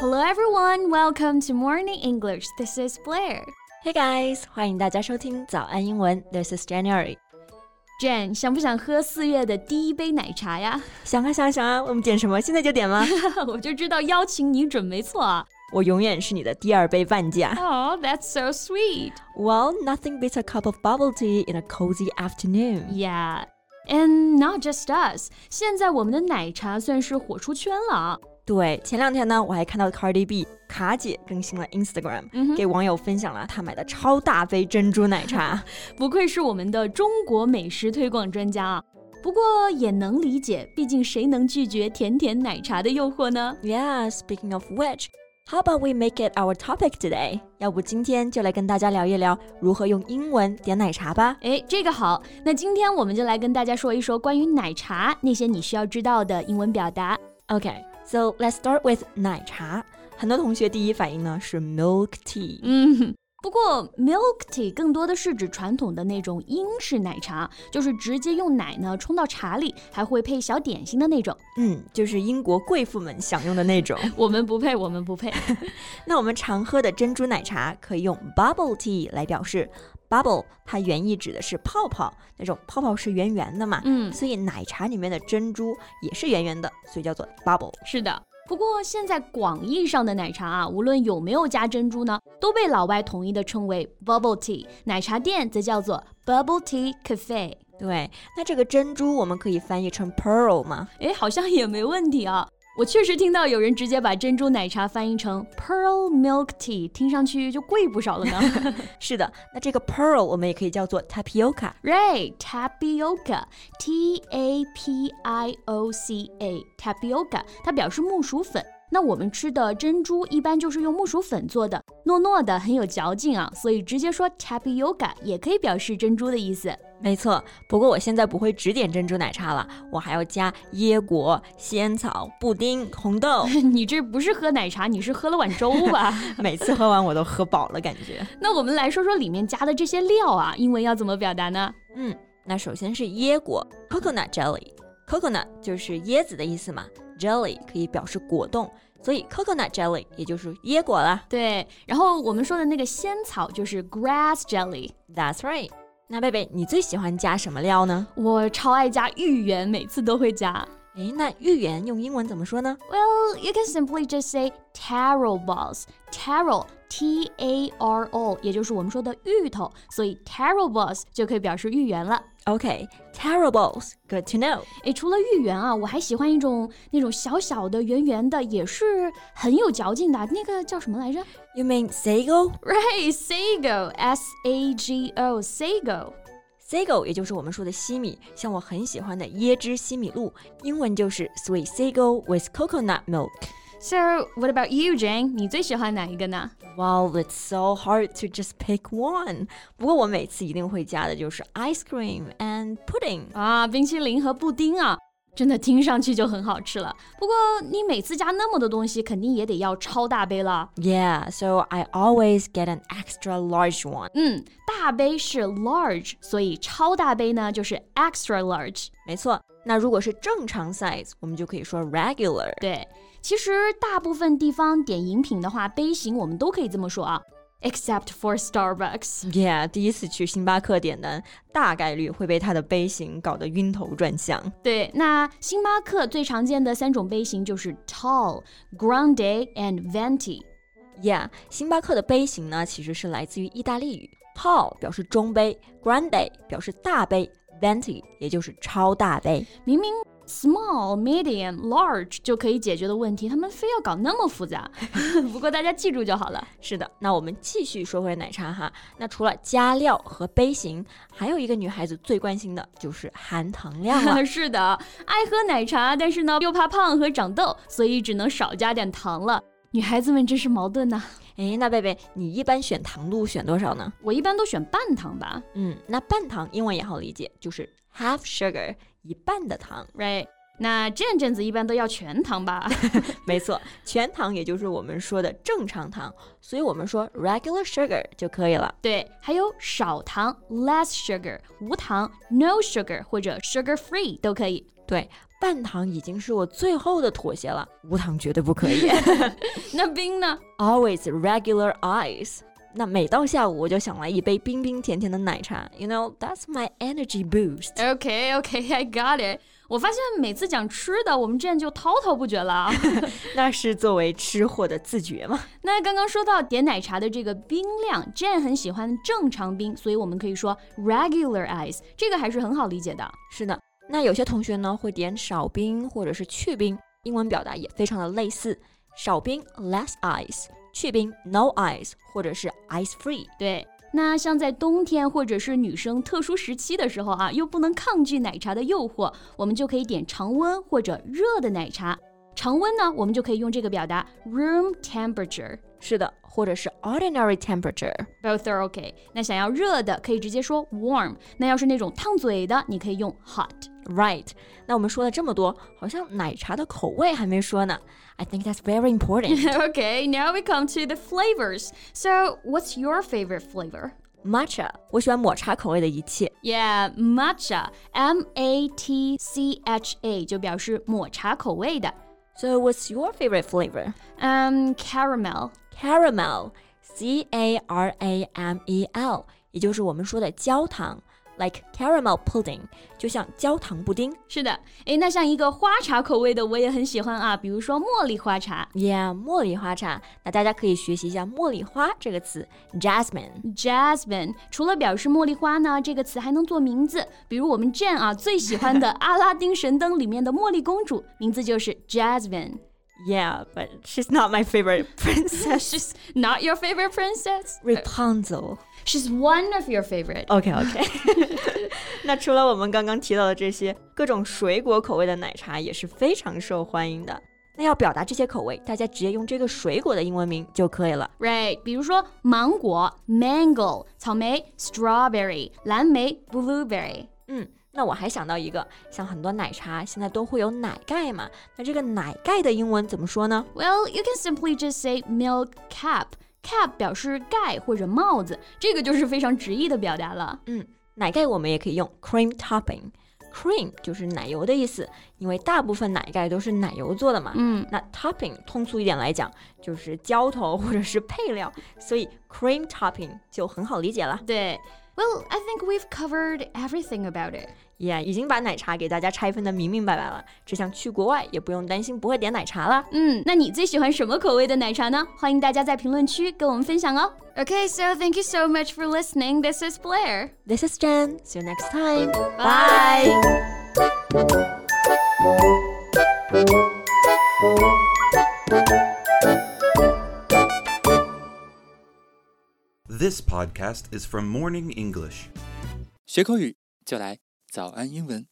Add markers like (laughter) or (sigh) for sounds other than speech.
Hello everyone, welcome to Morning English. This is Blair. Hey guys，欢迎大家收听早安英文。This is January。 Jane，想不想喝四月的第一杯奶茶呀？ (laughs) 想啊想啊想啊，我们点什么？现在就点 (laughs) 吗？我就知道邀请你准没错啊。我永远是你的第二杯半价。 Oh, that's so sweet. Well, nothing beats a cup of bubble tea in a cozy afternoon. Yeah. And not just us，现在我们的奶茶算是火出圈了啊。对，前两天呢，我还看到 Cardi B 卡姐更新了 Instagram，、嗯哼给网友分享了她买的超大杯珍珠奶茶。不愧是我们的中国美食推广专家啊。不过也能理解，毕竟谁能拒绝甜甜奶茶的诱惑呢？ (laughs) yeah, speaking of which, how about we make it our topic today？要不今天就来跟大家聊一聊如何用英文点奶茶吧。哎，这个好。那今天我们就来跟大家说一说关于奶茶那些你需要知道的英文表达。 Okay, so let's start with 奶茶。很多同学第一反应呢是 milk tea。嗯，不过 milk tea 更多的是指传统的那种英式奶茶，就是直接用奶呢冲到茶里，还会配小点心的那种。嗯，就是英国贵妇们享用的那种。我们不配，我们不配。那我们常喝的珍珠奶茶可以用 bubble tea 来表示。bubble 它原意指的是泡泡，那种泡泡是圆圆的嘛，嗯 (laughs) 所以奶茶里面的珍珠也是圆圆的，所以叫做 bubble。是的。不过现在广义上的奶茶啊，无论有没有加珍珠呢，都被老外统一的称为 bubble tea。奶茶店则叫做 bubble tea cafe。对，那这个珍珠我们可以翻译成 pearl 吗？诶，哎好像也没问题啊。我确实听到有人直接把珍珠奶茶翻译成 pearl milk tea，听上去就贵不少了呢。是的，那这个 pearl 我们也可以叫做 tapioca。 Right, tapioca, T A P I O C A, tapioca，它表示木薯粉。那我们吃的珍珠一般就是用木薯粉做的，糯糯的，很有嚼劲啊，所以直接说 tapioca 也可以表示珍珠的意思。 (laughs) 没错，不过我现在不会只点珍珠奶茶了，我还要加椰果、仙草、布丁、红 (laughs) 豆。你这不是喝奶茶，你是喝了碗粥吧？每次喝完我都喝饱了，感觉。那我们来说说里面加的这些料啊，英文要怎么表达呢？嗯，那首先是椰果 （coconut jelly）。coconut 就是椰子的意思嘛，jelly 可以表示果冻，所以 coconut jelly 也就是椰果啦。对，然后我们说的那个仙草就是 grass jelly， That's right。那贝贝，你最喜欢加什么料呢？我超爱加芋圆，每次都会加。诶，那芋圆用英文怎么说呢？ Well, you can simply just say taro balls. Taro, T A R O，也就是我们说的芋头，所以 taro balls 就可以表示芋圆了。 OK，terribles，good、to know。诶，除了芋圆啊，我还喜欢一种那种小小的、圆圆的，也是很有嚼劲的，那个叫什么来着 You mean sago？ (laughs) ？Right, sago, S A G O, sago. Sago 也就是我们说的西米，像我很喜欢的椰汁西米露，英文就是 sweet sago with coconut milk。 So, what about you, Jane？你最喜欢哪一个呢？ Wow, it's so hard to just pick one。不过我每次一定会加的就是 ice cream and pudding。啊，冰淇淋和布丁啊，真的听上去就很好吃了。不过你每次加那么多东西，肯定也得要超大杯了。 Yeah, so I always get an extra large one。嗯，大杯是 large，所以超大杯呢就是 extra large。没错，那如果是正常 size，我们就可以说 regular。对，其实大部分地方点饮品的话，杯型我们都可以这么说啊，except for Starbucks。 Yeah，第一次去星巴克点单，大概率会被它的杯型搞得晕头转向。对，那星巴克最常见的三种杯型就是 tall、grande and venti。 Yeah，星巴克的杯型呢，其实是来自于意大利语，tall 表示中杯，grande 表示大杯，venti 也就是超大杯。明明 small、medium、large 就可以解决的问题，他们非要搞那么复杂。 (laughs) 不过大家记住就好了。。是的，那我们继续说回奶茶哈。那除了加料和杯型，还有一个女孩子最关心的就是含糖量 (laughs) 了是的，爱喝奶茶，但是呢又怕胖和长痘，所以只能少加点糖了。女孩子们真是矛盾呐、哎，那贝贝，你一般选糖度选多少呢？我一般都选半糖吧嗯，那半糖英文也好理解，就是 half sugar，一半的糖。 ，right？那这阵子一般都要全糖吧？ (laughs) 没错，全糖也就是我们说的正常糖，所以我们说 regular sugar 就可以了。对，还有少糖 less sugar，无糖 no sugar 或者 sugar free 都可以。对，半糖已经是我最后的妥协了，无糖绝对不可 (laughs) 以。那冰呢？ Always regular ice。那每到下午，我就想来一杯冰冰甜甜的奶茶。You know, that's my energy boost。 OK OK, (laughs) I got it。我发现每次讲吃的，我们这样就滔滔不绝了啊。 (laughs) (laughs) 那是作为吃货的自觉嘛？那刚刚说到点奶茶的这个冰量，Jane 很喜欢正常冰，所以我们可以说 regular ice，这个还是很好理解的。 (laughs) 是的。那有些同学呢会点少冰或者是去冰，英文表达也非常的类似。少冰 less ice，去冰 no ice，或者是 ice free。对，那像在冬天或者是女生特殊时期的时候啊，又不能抗拒奶茶的诱惑，我们就可以点常温或者热的奶茶。常温呢，我们就可以用这个表达 room temperature。是的，或者是 ordinary temperature。 Both are okay。那想要热的，可以直接说 warm。那要是那种烫嘴的，你可以用 hot。 (laughs) Right？那我们说了这么多，好像奶茶的口味还没说呢。I think that's (laughs) very important. okay, now we come to the flavors. So, what's your favorite flavor? Matcha，我喜欢抹茶口味的一切。 Yeah, matcha, M A T C H A 就表示抹茶口味的。 So what's your favorite flavor? Um, caramel. Caramel, C A R A M E L，也就是我们说的焦糖，like caramel pudding，就像焦糖布丁。是的，诶，那像一个花茶口味的我也很喜欢啊，比如说茉莉花茶 Yeah，茉莉花茶。那大家可以学习一下茉莉花这个词，jasmine。 （jasmine）。除了表示茉莉花呢，这个词还能做名字，比如我们 Jane 啊最喜欢 (laughs) 的《阿拉丁神灯》里面的茉莉公主，名字就是 Jasmine。 Yeah，but she's not my favorite (laughs) (laughs) princess. She's not your favorite princess. Rapunzel. She's one of your favorite. OK OK，那除了我们刚刚提到的这些各种水果口味的奶茶也是非常受欢迎的。那要表达这些口味，大家直接用这个水果的英文名就可以了。 Right，比如说芒果 mango，草莓 strawberry，蓝莓 blueberry。嗯，那我还想到一个，像很多奶茶现在都会有奶盖嘛，那这个奶盖的英文怎么说呢？ Well, you can simply just say milk cap. Cap 表示盖或者帽子，这个就是非常直译的表达了。嗯，奶盖我们也可以用 cream topping。cream 就是奶油的意思，因为大部分奶盖都是奶油做的嘛。嗯那 topping 通俗一点来讲就是浇头或者是配料， (laughs) 所以 cream topping 就很好理解了。对。Well, I think we've covered everything about it. 也、已经把奶茶给大家拆分的明明白白了，这下去国外也不用担心不会点奶茶了。嗯，那你最喜欢什么口味的奶茶呢？欢迎大家在评论区跟我们分享哦。Okay, so thank you so much for listening. This is Blair. This is Jen, see you next time, Bye. This podcast is from Morning English. 学口语就来早安英文。